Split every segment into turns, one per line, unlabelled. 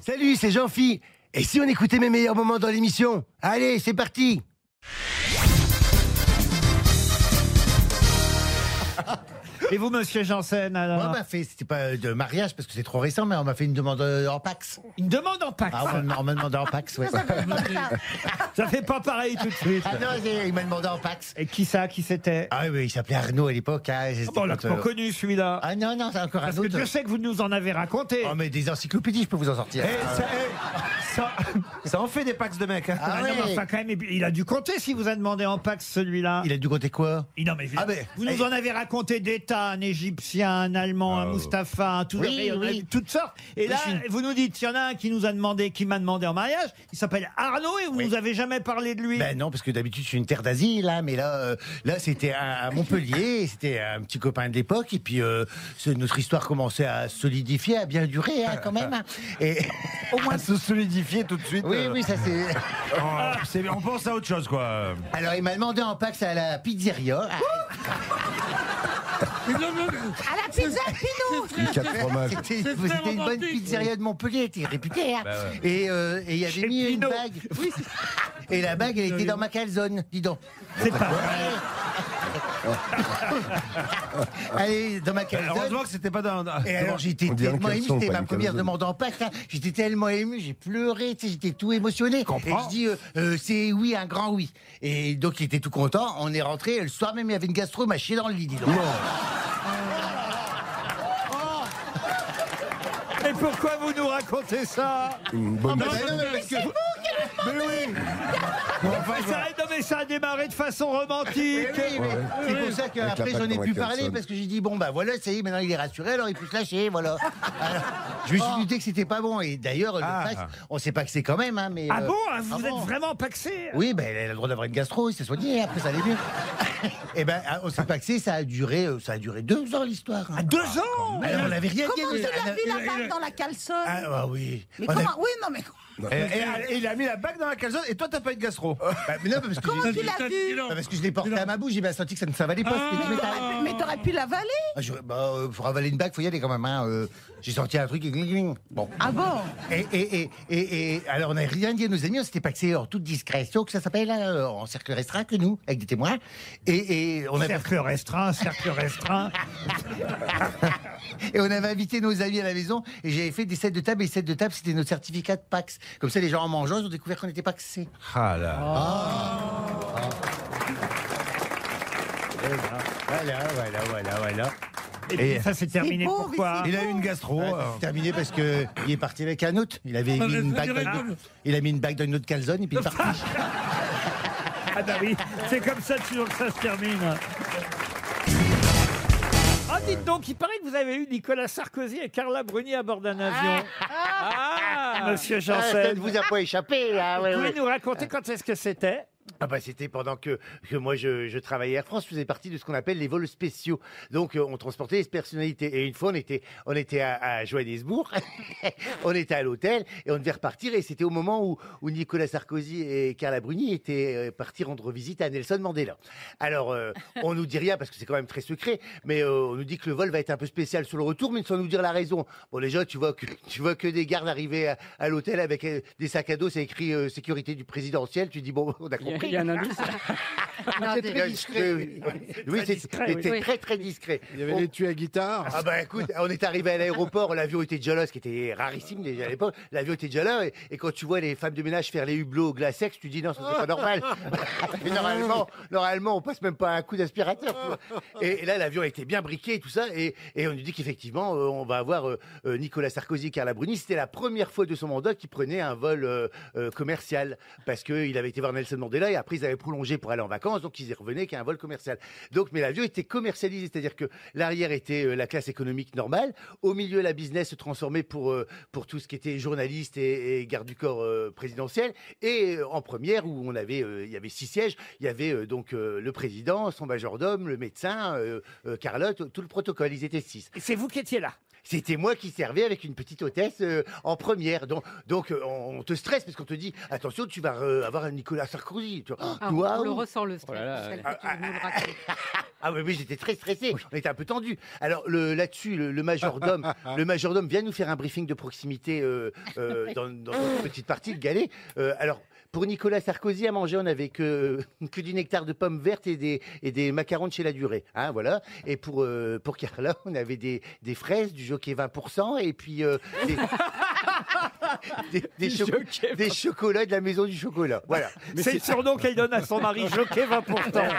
Salut, c'est Jean-Phi. Et si on écoutait mes meilleurs moments dans l'émission Allez, c'est parti
Et vous, monsieur Janssen, alors
Moi, on m'a fait, c'était pas euh, de mariage parce que c'est trop récent, mais on m'a fait une demande euh, en Pax.
Une demande en Pax.
Ah, on m'a- on m'a demandé en Pax, ouais.
Ça fait pas pareil tout de suite.
Ah non, c'est- il m'a demandé en Pax.
Et qui ça Qui c'était
Ah oui, mais il s'appelait Arnaud à l'époque. hein, c'était
Ah bon, on l'a
quand,
pas
euh,
connu celui-là.
Ah non, non, c'est encore un
Parce que
autre.
Dieu sait que vous nous en avez raconté.
Oh, mais des encyclopédies, je peux vous en sortir.
Eh, ça- eh, ça-
Ça en fait des packs de mecs. hein.
Ah
Ah non,
ouais.
mais enfin, quand même, il a dû compter si vous a demandé en Pax celui-là.
Il a dû compter quoi
Il- Non, mais,
Ah, mais-
vous nous en avez raconté des tas, un Égyptien, un Allemand, un Mustapha, un tout
Ah, Oui,
il y en a
oui.
toutes sortes. Et là,
je suis-
vous nous dites, il y en a un qui nous a demandé, qui m'a demandé en mariage. Il s'appelle Arnaud et vous nous avez jamais parlé de lui.
Ben non, parce que d'habitude, c'est une terre d'asile, là, mais là, euh, là c'était à, à Montpellier, c'était un petit copain de l'époque, et puis euh, ce- notre histoire commençait à se solidifier, à bien durer, hein, quand même. Et...
Au moins se solidifier tout de suite.
Oui,
euh,
oui, ça c'est.
oh, c'est- on pense à autre chose, quoi.
Alors, il m'a demandé en Pax à la pizzeria. Ah,
À la pizza Pino
C'était c'était une bonne pizzeria de Montpellier, elle était réputée.
Bah
hein. Et euh, et il y avait mis une
Pinault.
bague. Oui, c'est- et la bague, elle était dans ma calzone, dis donc.
C'est pas vrai.
Elle est dans ma calzone.
Euh, Heureusement que c'était pas dans.
Et alors j'étais
On dit un
tellement ému,
caleçon,
c'était
pas
ma
une
première
calzone.
demande en Pâques, hein. j'étais tellement ému, j'ai pleuré, tu sais, j'étais tout émotionné. Et je dis, euh, euh, c'est oui, un grand oui. Et donc il était tout content, on est rentré, le soir même il y avait une gastro, il m'a chié dans le lit, dis donc.
Et pourquoi vous nous racontez ça
Une bonne
Ah, non, mais parce que-
Enfin, ça, Ah, non, mais ça a démarré de façon romantique.
Oui, mais c'est pour ça
Avec la
qu'après
patte
j'en ai
dans
plus
la
parlé
calzone.
parce que j'ai dit bon bah voilà ça y est maintenant il est rassuré alors il peut se lâcher voilà. Alors, je me
Ah.
suis douté que c'était pas bon et d'ailleurs le
Ah.
fax, on sait pas que c'est quand même hein mais.
Ah
euh,
bon hein, Vous
ah
êtes
bon.
vraiment paxé hein
Oui, ben, elle a le droit d'avoir une gastro, il s'est soigné, après ça allait mieux. Et ben, ah, on s'est paxé, ça a duré, euh, ça a duré deux ans l'histoire. hein.
À deux ans hein,
Alors, on n'avait rien dit.
Ah, Comment
nous-
tu l'as
ah,
vu la
euh,
bague dans la calçonne
Ah, ah oui.
Mais
On a-
comment Oui, non, mais
Et, et- et il a mis la bague dans la calzone et toi t'as pas eu de gastro.
Bah, mais non, parce que
comment
j'ai-
tu l'as vu
bah, parce que je l'ai porté à ma bouche, j'ai bien senti que ça ne s'avalait pas. ce que tu
Mais
mets ta-
t'aurais pu- Mais t'aurais pu l'avaler
Ah, je- bah, euh, pour avaler une bague, faut y aller quand même. hein, euh, j'ai sorti un truc et gling, gling. Bon.
Ah bon
Et, et, et, et, et- alors, on n'a rien dit à nos amis, on s'était paxé en toute discrétion, que ça s'appelle, euh, en cercle restreint que nous, avec des témoins. Et, et on avait
Cercle restreint, cercle restreint.
Et on avait invité nos amis à la maison et j'avais fait des sets de table et les sets de table c'était nos certificats de Pax. Comme ça les gens en mangeant ils ont découvert qu'on n'était pas axés.
Ah là.
Voilà, voilà, voilà, voilà.
Et puis ça s'est terminé
pauvre,
pourquoi
Il a eu une gastro. euh.
terminé parce que il est parti avec un autre. Il avait mis une bague. dans une- Il a mis une bague dans une autre calzone et puis il est parti.
Ah bah oui, c'est comme ça toujours que ça se termine. Ah, dites donc, il paraît que vous avez eu Nicolas Sarkozy et Carla Bruni à bord d'un avion. Ah, Monsieur
Ah, ça
Janssen,
ne
vous
vous a pas échappé là. ouais,
pouvez
ouais.
nous raconter quand est-ce que c'était
Ah bah c'était pendant que, que moi je, je travaillais à Air France, je faisais partie de ce qu'on appelle les vols spéciaux. Donc euh, on transportait les personnalités. Et une fois on était on était à, à Johannesburg, on était à l'hôtel et on devait repartir. Et c'était au moment où, où Nicolas Sarkozy et Carla Bruni étaient euh, partis rendre visite à Nelson Mandela. Alors euh, on nous dit rien parce que c'est quand même très secret, mais euh, on nous dit que le vol va être un peu spécial sur le retour, mais sans nous dire la raison. Bon déjà tu vois que tu vois que des gardes arriver à, à l'hôtel avec euh, des sacs à dos, c'est écrit euh, sécurité du présidentiel. Tu dis bon on a compris. Euh, euh, Oui, c'est- c'était très très discret. Il y
Oh.
avait les tués à guitare. Ah bah écoute, on est arrivé à l'aéroport, l'avion était déjà là, ce qui était rarissime déjà à l'époque. L'avion était déjà là, et, et quand tu vois les femmes de ménage faire les hublots au glacex, tu dis non, ça c'est pas normal. Et normalement, normalement, on passe même pas un coup d'aspirateur. quoi. Et, et là, l'avion était bien briqué et tout ça, et, et on nous dit qu'effectivement, euh, on va avoir euh, euh, Nicolas Sarkozy et Carla Bruni. C'était la première fois de son mandat qu'il prenait un vol euh, euh, commercial parce qu'il avait été voir Nelson Mandela et après ils avaient prolongé pour aller en vacances, donc ils y revenaient qu'à un vol commercial. Donc, mais l'avion était commercialisé, c'est-à-dire que l'arrière était euh, la classe économique normale, au milieu la business se transformait pour euh, pour tout ce qui était journaliste et, et garde du corps euh, présidentiel, et euh, en première où on avait euh, il y avait six sièges, il y avait euh, donc euh, le président, son majordome, le médecin, euh, euh, Carlotte, tout le protocole, ils étaient six.
C'est vous qui étiez là.
C'était moi qui servais avec une petite hôtesse euh, en première. Donc, donc euh, on on te stresse parce qu'on te dit attention, tu vas euh, avoir un Nicolas Sarkozy. Tu vois.
Ah,
Waouh.
on le ressent le stress.
Oh là là,
Michel, quand tu nous le racontes.
Ah oui, oui, j'étais très stressé. On était un peu tendu. Alors le- là-dessus, le, le majordome, le majordome vient nous faire un briefing de proximité euh, euh, dans, dans une petite partie, le galet. Euh, alors. Pour Nicolas Sarkozy, à manger, on n'avait que, euh, que du nectar de pommes vertes et des, et des macarons de chez la durée. Hein, voilà. Et pour, euh, pour Carla, on avait des, des fraises, du jockey 20%, et puis euh, des, des, des
Du
cho-
Jockey
des chocolats de la maison du chocolat. Voilà.
C'est le surnom qu'elle donne à son mari, Jockey 20%.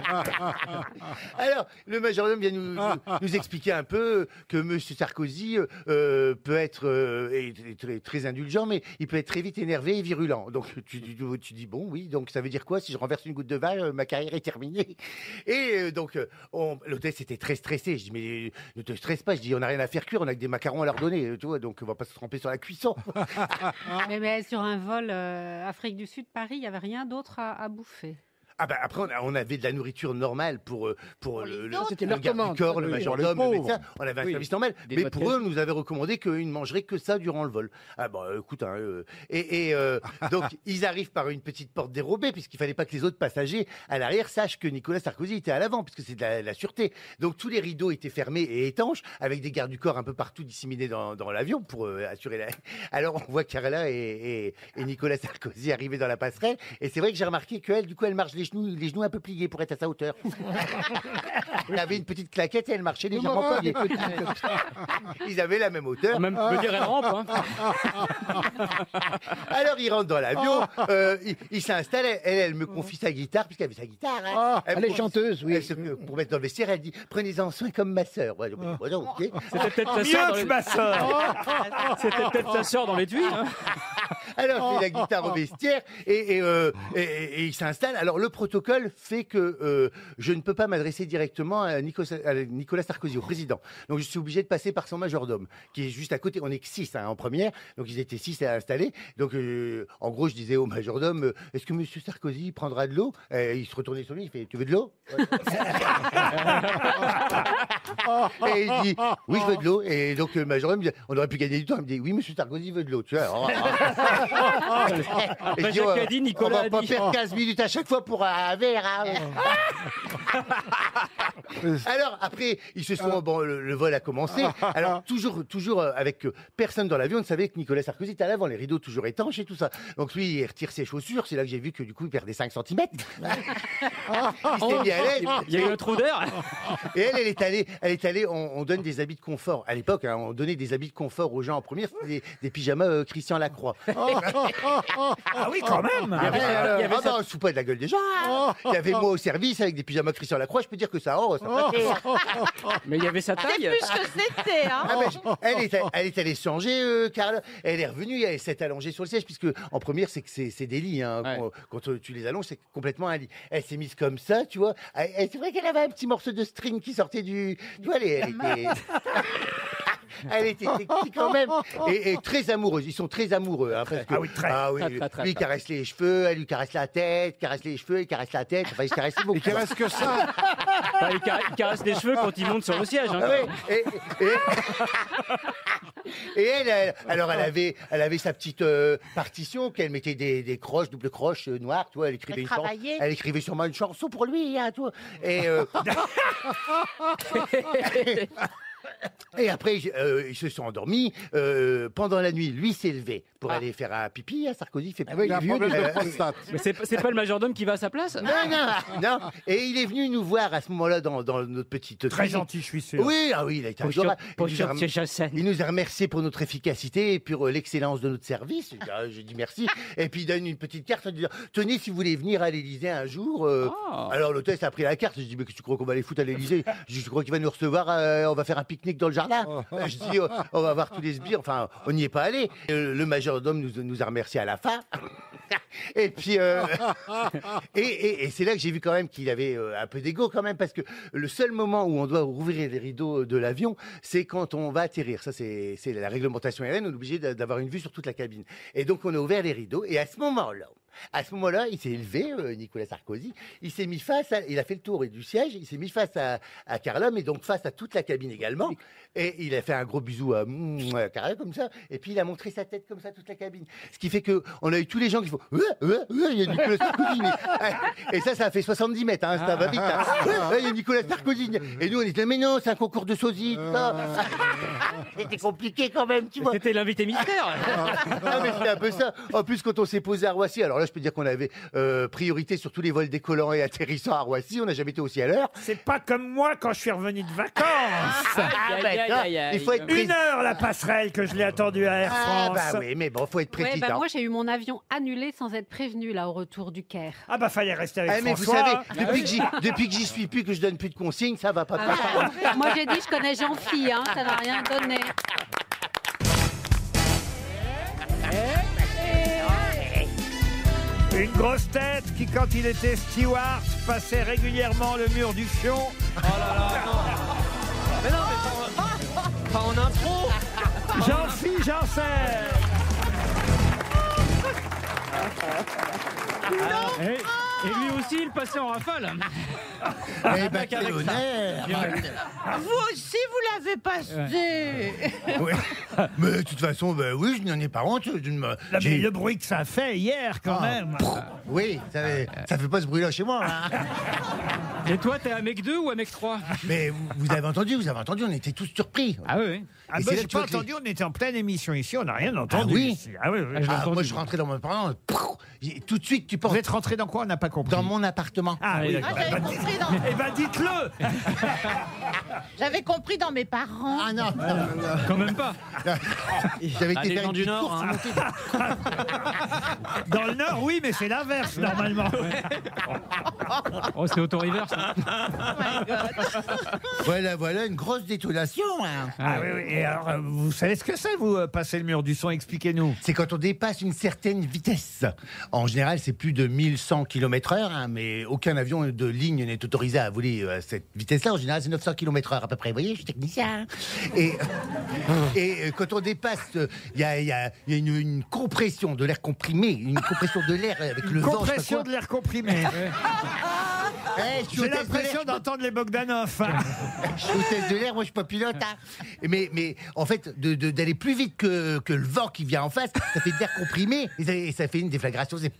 Alors, le majordome vient nous, nous, nous expliquer un peu que M. Sarkozy euh, euh, peut être euh, est- est très, très indulgent, mais il peut être très vite énervé et virulent. Donc, tu, tu- tu- tu dis, bon, oui, donc ça veut dire quoi Si je renverse une goutte de vin, euh, ma carrière est terminée. Et euh, donc, euh, on- l'hôtesse était très stressée. Je dis, mais euh, ne te stresse pas. Je dis, on n'a rien à faire cuire, on a que des macarons à leur donner. euh, Tu vois, donc, on va pas se tromper sur la cuisson.
Mais, mais sur un vol euh, Afrique du Sud, Paris, il n'y avait rien d'autre à, à bouffer.
Ah bah après on, a- on avait de la nourriture normale pour euh, pour, le, le,
c'était
le
leur
garde
commande.
du corps, le
Oui, pour
majordome,
les
le
pauvres.
médecin. On avait un
Oui.
service normal,
Des
mais
doigts de
pour eux, on nous avait recommandé qu'ils ne mangeraient que ça durant le vol. Ah bah euh, écoute, hein, euh, et, et, euh, donc ils arrivent par une petite porte dérobée puisqu'il fallait pas que les autres passagers à l'arrière sachent que Nicolas Sarkozy était à l'avant puisque c'est de la, la sûreté. Donc tous les rideaux étaient fermés et étanches avec des gardes du corps un peu partout disséminés dans, dans l'avion pour euh, assurer la. Alors on voit Carla et, et- et Nicolas Sarkozy arriver dans la passerelle et c'est vrai que j'ai remarqué qu'elle du coup elle marche les genoux les genoux un peu pliés pour être à sa hauteur. Elle avait une petite claquette et elle marchait légèrement pliée. Ils avaient la même hauteur.
Même, me dire, elle rampe, hein.
Alors il rentre dans l'avion,
Oh.
euh, il, il s'installe, elle, elle me confie sa guitare, puisqu'elle avait sa guitare. hein. elle,
Oh, elle est
pour-
chanteuse, oui.
elle se- euh, pour mettre dans le vestiaire, elle dit Prenez-en soin comme ma sœur. Ouais, je me dis,
Oh.
Bon, non, ok.
C'était peut-être
Ah, Mieux que ma sœur.
C'était peut-être sa sœur dans l'étui. Hein.
Alors, il fait la guitare au vestiaire et, et, euh, et- et- et il s'installe. Alors, le protocole fait que euh, je ne peux pas m'adresser directement à, Nico- à Nicolas Sarkozy, au président. Donc, je suis obligé de passer par son majordome, qui est juste à côté. On est que six hein, en première, donc ils étaient six à installer. Donc, euh, en gros, je disais au majordome euh, Est-ce que Monsieur Sarkozy prendra de l'eau Et Il se retournait sur lui, il fait Tu veux de l'eau Et il dit Oui, je veux de l'eau. Et donc, le majordome dit On aurait pu gagner du temps. Il me dit Oui, Monsieur Sarkozy veut de l'eau. Tu vois, alors, et
Après,
dis,
Bah, Jacques
euh,
a dit, Nicolas
On va
a
pas
dit.
perdre 15 minutes à chaque fois pour un verre. hein. Alors après, ils se sont bon, le, le vol a commencé. Alors toujours, toujours euh, avec euh, personne dans l'avion, on savait que Nicolas Sarkozy était à l'avant, les rideaux toujours étanches et tout ça. Donc lui, il retire ses chaussures. C'est là que j'ai vu que du coup, il perdait 5 cm. il s'était mis à l'aise.
Ah, Il y a eu un trou d'air.
Et elle, elle est allée, elle est allée. On, on donne des habits de confort. À l'époque, hein, on donnait des habits de confort aux gens en première, c'était des, des pyjamas euh, Christian Lacroix.
Ah oui, quand même.
Ah, il y avait ça. Oh. sous pas de la gueule des gens. Il y avait moi au service avec des pyjamas Christian Lacroix. Je peux dire que ça. oh, ça passait.
Mais il y avait sa taille.
Plus que c'était, hein.
Ah, mais je- elle, est, elle est allée changer, euh, Carla. Elle est revenue, elle s'est allongée sur le siège, puisque en première, c'est que c'est c'est des lits. hein.
Ouais.
Quand, quand, euh, tu les allonges, c'est complètement un lit. Elle s'est mise comme ça, tu vois. Elle- elle- C'est vrai qu'elle avait un petit morceau de string qui sortait du. Tu vois, elle, elle était. Elle était sexy quand même et, et très amoureuse. Ils sont très amoureux. hein, parce que-
Ah oui, très.
Ah oui,
Très, très, très,
lui il
très.
caresse les cheveux, elle lui caresse la tête, caresse les cheveux, il caresse la tête. Enfin, il se caresse beaucoup.
Il reste que ça.
Enfin, il, car- il caresse les cheveux quand il monte sur le siège. Hein.
Ah ouais, et, et- et elle, elle- alors elle avait, elle avait sa petite euh, partition qu'elle mettait des, des croches, double croche euh, noires, tu vois, elle écrivait
Elle
une chanson,
travaillait.
elle écrivait sûrement une chanson pour lui, hein, tu vois. Et euh, Et après, j- euh, ils se sont endormis. Euh, pendant la nuit, lui s'est levé
Ah.
pour aller faire un pipi. hein, Sarkozy fait pipi.
Ah Il a un problème de
Euh,
prostate.
Mais c'est pas- c'est pas le majordome qui va à sa place
non, non, non. Et il est venu nous voir à ce moment-là dans, dans notre petite.
Très
cuisine.
hein.
gentil, je suis sûr.
ah, Oui, ah oui, il a été
Bonjour,
adorable. Il nous a
bonjour,
rem-
monsieur Janssen.
il nous a remercié pour notre efficacité et pour euh, l'excellence de notre service. Ah, Je dis merci. Et puis il donne une petite carte en disant Tenez, si vous voulez venir à l'Élysée un jour. euh, Alors l'hôtesse a pris la carte. Je dis Mais tu crois qu'on va aller foutre à l'Élysée Je crois qu'il va nous recevoir. euh, on va faire un pique-nique dans le jardin. Je dis Oh, On va voir tous les sbires. Enfin, on n'y est pas allé. Euh, Le majordome nous, nous a remercié à la fin. Et puis, euh, et, et- et c'est là que j'ai vu quand même qu'il avait euh, un peu d'ego quand même, parce que le seul moment où on doit rouvrir les rideaux de l'avion, c'est quand on va atterrir. Ça, c'est c'est la réglementation aérienne, on est obligé d'a- d'avoir une vue sur toute la cabine. Et donc, on a ouvert les rideaux, et à ce moment-là,
À ce moment-là, il s'est élevé, euh, Nicolas Sarkozy. Il s'est mis face, à- il a fait le tour du siège, il s'est mis face à, à Carla, mais donc face à toute la cabine également. Et il a fait un gros bisou à, mm, à Carla comme ça. Et puis il a montré sa tête comme ça toute la cabine. Ce qui fait que on a eu tous les gens qui font, Ouais, ouais, ouais, il y a Nicolas Sarkozy. mais- euh, Et ça, ça a fait 70 mètres. hein, ça va vite. hein. Ouais, ouais, il y a Nicolas Sarkozy. Et nous, on était, mais non, c'est un concours de sosie. tout ça. C'était compliqué quand même, tu vois.
C'était l'invité mystère.
Ah, mais c'est un peu ça. En plus, quand on s'est posé à Roissy, alors là, je peux dire qu'on avait euh, priorité sur tous les vols décollants et atterrissants à Roissy. On n'a jamais été aussi à l'heure.
C'est pas comme moi quand je suis revenu de vacances.
Ah,
Ah, Aïe, aïe, aïe, aïe, aïe.
Ah, Il faut être
Une
précis.
heure la passerelle que je l'ai attendue à Air
Ah,
France.
bah oui, mais bon, faut être
Ouais,
précis.
bah,
hein.
moi, j'ai eu mon avion annulé sans être prévenu, là, au retour du Caire.
Ah bah fallait rester avec
Eh,
Ah, mais
François.
vous savez, depuis que, j'y, depuis que j'y suis plus, que je donne plus de consignes, ça va pas.
Ah
pas-
ouais. Moi, j'ai dit, je connais Jean-Phi, hein, ça n'a rien donné.
Une grosse tête qui, quand il était steward, passait régulièrement le mur du fion.
Mais non, mais pas en- pas en impro.
Jean-Philippe Janssen
Et, et lui aussi, il passait en rafale.
bah,
Eh ben, quel honneur.
Vous aussi, vous l'avez passé.
Ouais. Mais de toute façon, ben oui, je n'en ai pas honte. je ne me-
Là, mais
j'ai-
le bruit que ça a fait hier, quand
Ah.
même
Oui, ça, fait- ça fait pas ce bruit-là chez moi. hein.
Et toi, t'es un mec 2 ou un mec 3
Mais vous, vous avez entendu, vous avez entendu, on était tous surpris.
Ah oui, oui.
Ah
Et
bah,
c'est là
j'ai
que tu
pas
vois que les-
entendu, on était en pleine émission ici, on n'a rien entendu.
Ah oui
ici. Ah oui, oui.
Ah, je l'ai
Ah,
entendu.
moi, je rentrais dans mon appartement. prrr, j'ai- Tout de suite, tu penses
Vous êtes rentré dans quoi On n'a pas compris.
dans mon appartement.
Ah oui,
Ah,
d'accord.
j'avais compris, dans-
Eh ben dites-le
j'avais compris dans mes parents.
Ah non,
Quand même pas.
j'avais
Ah,
été
les
faire
gens
une
du
petite
Nord,
course.
hein.
Dans le Nord, oui, mais c'est l'inverse, normalement.
Oh, c'est auto-reverse. hein.
Voilà, voilà, une grosse détonation. hein.
Ah oui, oui. Et alors, euh, vous savez ce que c'est, vous, euh, passer le mur du son Expliquez-nous.
C'est quand on dépasse une certaine vitesse. En général, c'est plus de 1100 km/h, hein, mais aucun avion de ligne n'est autorisé à voler euh, à cette vitesse-là. En général, c'est 900 km/h à peu près. Vous voyez, je suis technicien. Et, et euh, quand on dépasse, euh, il y a, il y a- il y a une, une compression de l'air comprimé, une compression de l'air avec le vent. je sais pas
Compression
quoi.
de l'air comprimé.
Eh, je suis hôtesse de
J'ai
l'air,
l'impression
je peux
d'entendre les Bogdanov. hein.
Je suis hôtesse de l'air, moi je suis pas pilote. hein. Mais, mais en fait, de- de- d'aller plus vite que, que le vent qui vient en face, ça fait de l'air comprimé et ça, et ça fait une déflagration. C'est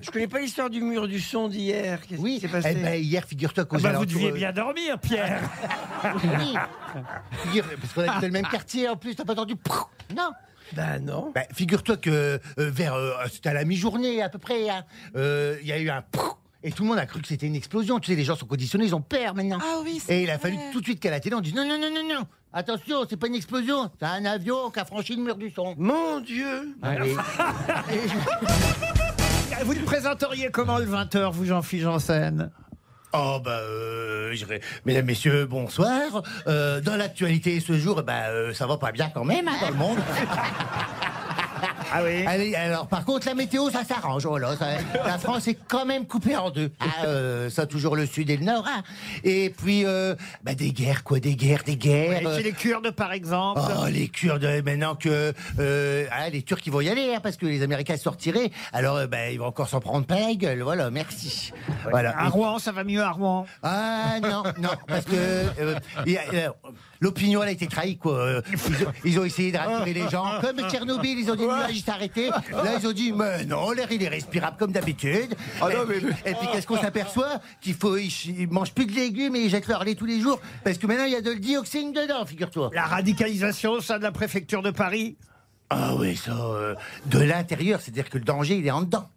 Je connais pas l'histoire du mur du son d'hier. Qu'est-ce
oui.
qui s'est passé
Eh ben, hier, figure-toi
Ah
qu'aux
bah, vous
alentours,
deviez
euh,
bien dormir, Pierre.
oui. Figure- parce qu'on habite dans le même quartier en plus. T'as pas entendu Non.
Bah non.
Bah, figure-toi que euh, vers euh, c'était à la mi-journée à peu près. hein, euh, Il y a eu un et tout le monde a cru que c'était une explosion. Tu sais, les gens sont conditionnés, ils ont peur maintenant.
Ah oui, c'est
Et il a fallu
vrai.
tout de suite qu'à la télé, on dise non, non, non, non, non. Attention, c'est pas une explosion, c'est un avion qui a franchi le mur du son.
Mon Dieu
Ah.
Vous le présenteriez comment le 20h, vous, Jean-Philippe Janssen
Oh bah, euh, je dirais, mesdames, messieurs, bonsoir. Euh, dans l'actualité, ce jour, bah, euh, ça va pas bien quand même hein, dans le monde.
Ah oui
Allez, alors par contre, la météo, ça s'arrange. Oh là, ça- la France est quand même coupée en deux. Ah, euh, ça toujours le sud et le nord. hein. Et puis, euh, bah, des guerres, quoi, des guerres, des guerres.
Et chez les Kurdes, par exemple
Oh, les Kurdes, euh, maintenant que euh, ah, les Turcs ils vont y aller, hein, parce que les Américains se retirés, alors euh, bah, ils vont encore s'en prendre plein la gueule. Voilà, merci. Voilà.
À Rouen, ça va mieux à Rouen.
Ah non, non, parce que euh, il y a- euh, l'opinion elle a été trahie quoi. Euh, Ils ont, ils ont essayé de rassurer les gens. Comme Tchernobyl, ils ont dit le nuage il s'est arrêté. Là ils ont dit mais non, l'air il est respirable comme d'habitude. et, puis- et puis qu'est-ce qu'on s'aperçoit Qu'il faut ils, ch- ils mangent plus de légumes et ils jettent leur lait tous les jours parce que maintenant il y a de le dioxine dedans, figure-toi.
La radicalisation, ça, de la préfecture de Paris
Ah oui ça, euh, de l'intérieur, c'est-à-dire que le danger il est en dedans.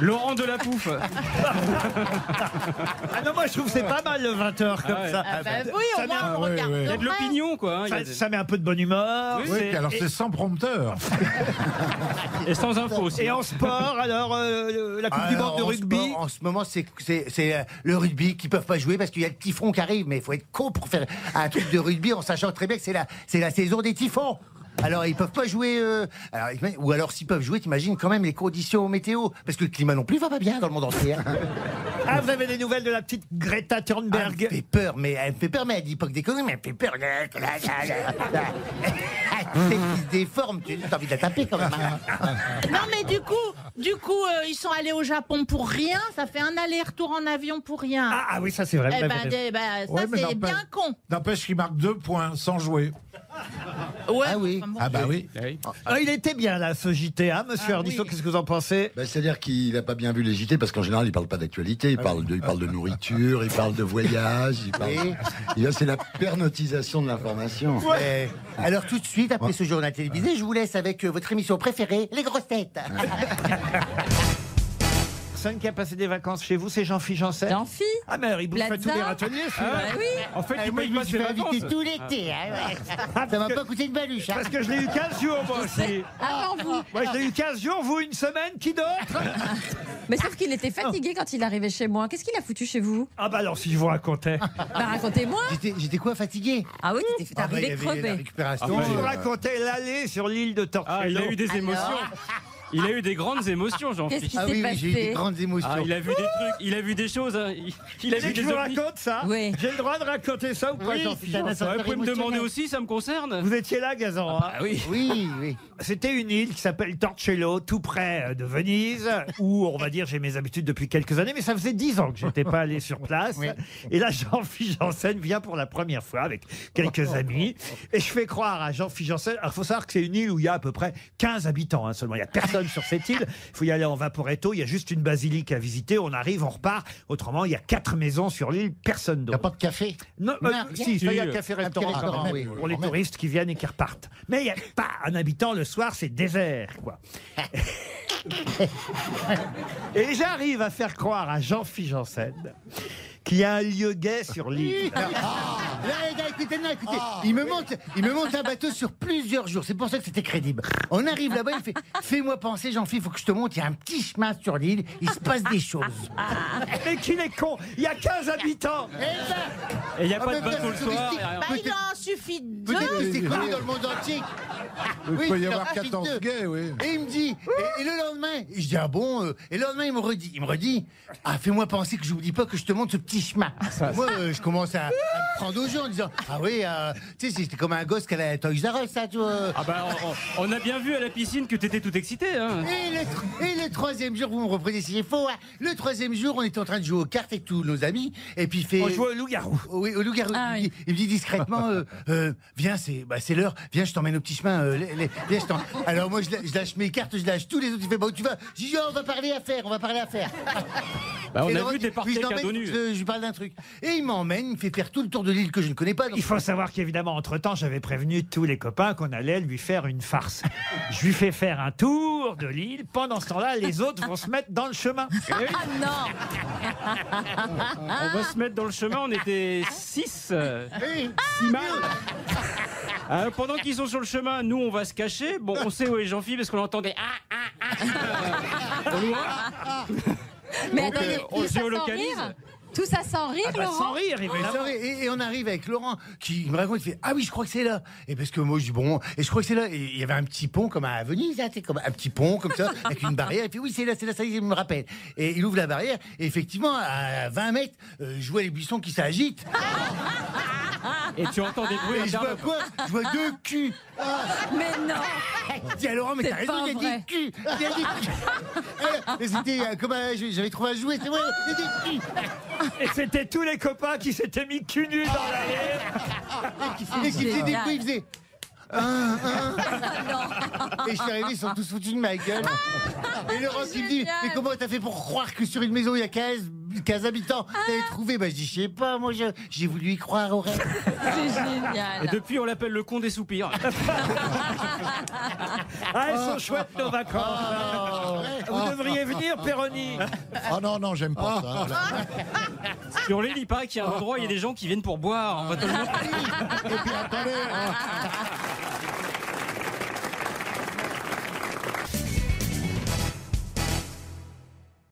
Laurent Delapouffe.
Ah non, moi, je trouve que c'est pas mal, le 20h, comme
Ah ouais.
ça.
Ah bah oui, au moins, on
oui,
regarde.
oui. Il y
le
Il y a de
reste.
l'opinion, quoi. hein, il y a
Ça,
de-
ça met un peu de bonne humeur.
Oui,
Oui,
c'est-
puis alors c'est sans prompteur.
Et sans info aussi. hein.
Et en sport, alors, euh, le- la Coupe du
Alors,
Monde de
en
rugby
ce moment- en ce moment, c'est- c'est c'est, euh, le rugby qui peuvent pas jouer parce qu'il y a le typhon qui arrive. Mais il faut être con pour faire un truc de rugby en sachant très bien que c'est la, c'est la saison des typhons. Alors ils peuvent pas jouer. euh, alors, ils- ou alors s'ils peuvent jouer, t'imagines quand même les conditions météo, parce que le climat non plus va pas bien dans le monde entier. hein.
Ah, vous avez des nouvelles de la petite Greta
Ah, elle me
Thunberg
fait peur, mais elle me fait peur, mais elle dit pas que des conneries, mais elle me fait peur. là, là, là, là, là. Elle se déforme, tu as envie de la taper quand même. hein.
Non, mais du coup, du coup euh, ils sont allés au Japon pour rien. Ça fait un aller-retour en avion pour rien.
ah, ah oui, ça c'est vrai. vous
eh
avez
ben,
raison.
eh ben, ça,
Ouais, mais
c'est
n'empêche-
bien con.
N'empêche qu'il marque deux points sans jouer.
Ouais,
Ah oui.
enfin bon.
Ah bah oui.
Ah, il était bien là, ce JTA,
Ah
monsieur Ardisson, qu'est-ce que vous en pensez
Ben, C'est-à-dire qu'il n'a pas bien vu les JT parce qu'en général, il ne parle pas d'actualité, il,
Ah
parle de- il parle de nourriture, il parle de voyage, il parle. Et là, C'est la pernotisation de l'information.
Mais- alors tout de suite, après ce journal télévisé, je vous laisse avec euh, votre émission préférée, Les Grosses Têtes.
Personne qui a passé des vacances chez vous, c'est Jean-Philippe Janssen
D'Amphi
Ah, mais alors, il bouffe
Plaza.
tous les râteliers. Eh,
Ah
Bah oui.
En fait, il
Moi,
paye
je me
pas
suis
ses
fait
vacances.
inviter tout l'été. hein, ouais. Ça m'a pas coûté une baluche. hein.
Parce que je l'ai eu 15 jours, moi aussi.
Avant vous.
Moi, je l'ai eu 15 jours, vous, une semaine, qui d'autre
Mais sauf qu'il était fatigué quand il arrivait chez moi. Qu'est-ce qu'il a foutu chez vous
Ah, bah alors, si je vous racontais.
Bah racontez-moi.
J'étais- J'étais quoi, fatigué
Ah oui, t'es
Ah, bah, il
arrivé
y avait la
crevé.
récupération. euh,
Si bah, je
ouais.
vous racontais l'allée sur l'île de Tortuga.
Ah, il a eu des émotions. Il a eu des grandes émotions,
Qu'est-ce
Jean-Philippe.
qui
Ah
s'est
oui, oui, j'ai eu des
passé
grandes émotions.
Ah, il a vu des trucs, il a vu des choses. hein. Il, il a
Vous voulez que
vu des
je vous
ovnis.
raconte ça
Oui.
J'ai le droit de raconter ça ou pas,
Oui,
Jean-Philippe
c'est un
Janssen
Ouais, Vous pouvez me demander
émotionnel.
aussi, ça me concerne.
Vous étiez là, Gazan hein
oui.
Oui, oui.
C'était une île qui s'appelle Torcello, tout près euh, de Venise, où on va dire j'ai mes habitudes depuis quelques années, mais ça faisait dix ans que j'étais pas allé sur place. Et là, Jean-Philippe Janssen vient pour la première fois avec quelques amis, et je fais croire à Jean-Philippe Janssen. Alors, faut savoir que c'est une île où il y a à peu près 15 habitants hein, seulement. Il y a personne sur cette île. Il faut y aller en vaporetto. Il y a juste une basilique à visiter. On arrive, on repart. Autrement, il y a quatre maisons sur l'île, personne
Il n'y a
d'autre.
pas de café.
Non, euh,
Merde.
si, ça, il y a le café-restaurant
Un petit
quand
restaurant,
même,
oui.
pour les touristes qui viennent et qui repartent. Mais il n'y a pas un habitant le soir, c'est désert, quoi. et j'arrive à faire croire à Jean-Philippe Janssen qu'il y a un lieu gay sur l'île.
Ah, Là, les gars, écoutez, là, écoutez. il, me monte, il me monte un bateau sur plusieurs jours. C'est pour ça que c'était crédible. On arrive là-bas, il fait Fais-moi penser, jean philippe faut que je te montre. Il y a un petit chemin sur l'île. Il se passe des choses.
Mais qu'il est con Il y a 15 habitants
Et il n'y a
Eh Ah,
pas
mais
de bateau le
touristique.
soir. et rien.
Bah, il en suffit de deux.
Peut-être que c'est connu dans le monde entier.
Il
Oui,
peut y
il en
avoir
rachète
14
Ah, deux.
gays, oui.
Et il me dit, et, et le lendemain, et je dis, ah bon, euh, et le lendemain, il me redit, il me redit, ah, fais-moi penser que je vous dis pas que je te montre ce petit chemin. Moi, euh, je commence à, à me prendre aux gens en disant, ah oui, euh, tu sais, c'était comme un gosse qui allait à Toys R Us, ça, tu vois.
Ah bah, on, on- on a bien vu à la piscine que t'étais tout excité. Hein.
Et le, tr- et le troisième jour, vous me reprenez si j'ai faux, hein. le troisième jour, on était en train de jouer aux cartes avec tous nos amis, et puis il fait...
On joue au loup-garou.
Oui, au loup-garou.
Ah
il, me dit- il me dit discrètement euh, euh, Viens, c'est bah, c'est l'heure, viens, je t'emmène au petit chemin. euh, les- les- viens, je t'en- Alors, moi, je, la- je lâche mes cartes, je lâche tous les autres. Il fait Bah, où tu vas Je dis Oh, On va parler affaires, on va parler affaires.
Bah,
Et
on a
Laurent
vu
dit,
des
Oui,
parties
je
à dos
t'emmène,
nu.
je, je lui parle d'un truc. Et il m'emmène, il me fait faire tout le tour de l'île que je ne connais pas. donc-
Il faut savoir qu'évidemment, entre-temps, j'avais prévenu tous les copains qu'on allait lui faire une farce. Je lui fais faire un tour de l'île. Pendant ce temps-là, les autres vont se mettre dans le chemin.
Ah non
On va se mettre dans le chemin, on était 6.
Oui.
Alors, Euh, pendant qu'ils sont sur le chemin, nous on va se cacher. Bon, on sait où est Jean-Philippe parce qu'on entendait ah ah ah. euh, au loin.
Mais
Donc, euh,
attendez,
on
tout ça sans
géolocalise.
rire Tout ça sans rire,
Bah, sans
Laurent
rire, il va
Ah
Mais ça, Et, et on arrive avec Laurent qui me raconte, il fait Ah oui, je crois que c'est là. Et parce que moi, je dis Bon, et je crois que c'est là. Et il y avait un petit pont comme à Venise, là, tu sais, comme un petit pont comme ça, avec une barrière. Il fait Oui, c'est là, c'est là, ça y est, je me rappelle. Et il ouvre la barrière, et effectivement, à 20 mètres, euh, je vois les buissons qui s'agitent.
Et tu entends des bruits
Et je vois
internes.
quoi Je vois deux culs.
Mais non
Je dis à Laurent, mais
C'est
t'as raison,
pas
il y a
vrai.
des culs. Il y a des culs. Et c'était euh, comme un- j'avais trouvé un jouet, c'est vrai, il y a des culs.
Et c'était tous les copains qui s'étaient mis cul nu dans l'allée.
Et qui faisait des
génial.
bruits, il faisait. Un, un. Et je suis arrivé, ils sont tous foutus de ma gueule. Et Laurent qui me dit
Génial.
Mais comment t'as fait pour croire que sur une maison il y a 15, 15 habitants T'avais trouvé Bah je dis Je sais pas, moi je- j'ai voulu y croire au rêve.
C'est
Et
génial
depuis, on l'appelle le con des soupirs.
Ah, elles sont chouettes nos
Oh.
vacances. Vous devriez venir, Péroni.
Ah Oh. non, non, j'aime pas ça.
Ah.
Sur
Ah
l'île, il paraît qu'il y a un endroit, il y a des gens qui viennent pour boire. On va te le montrer.
Et puis attendez,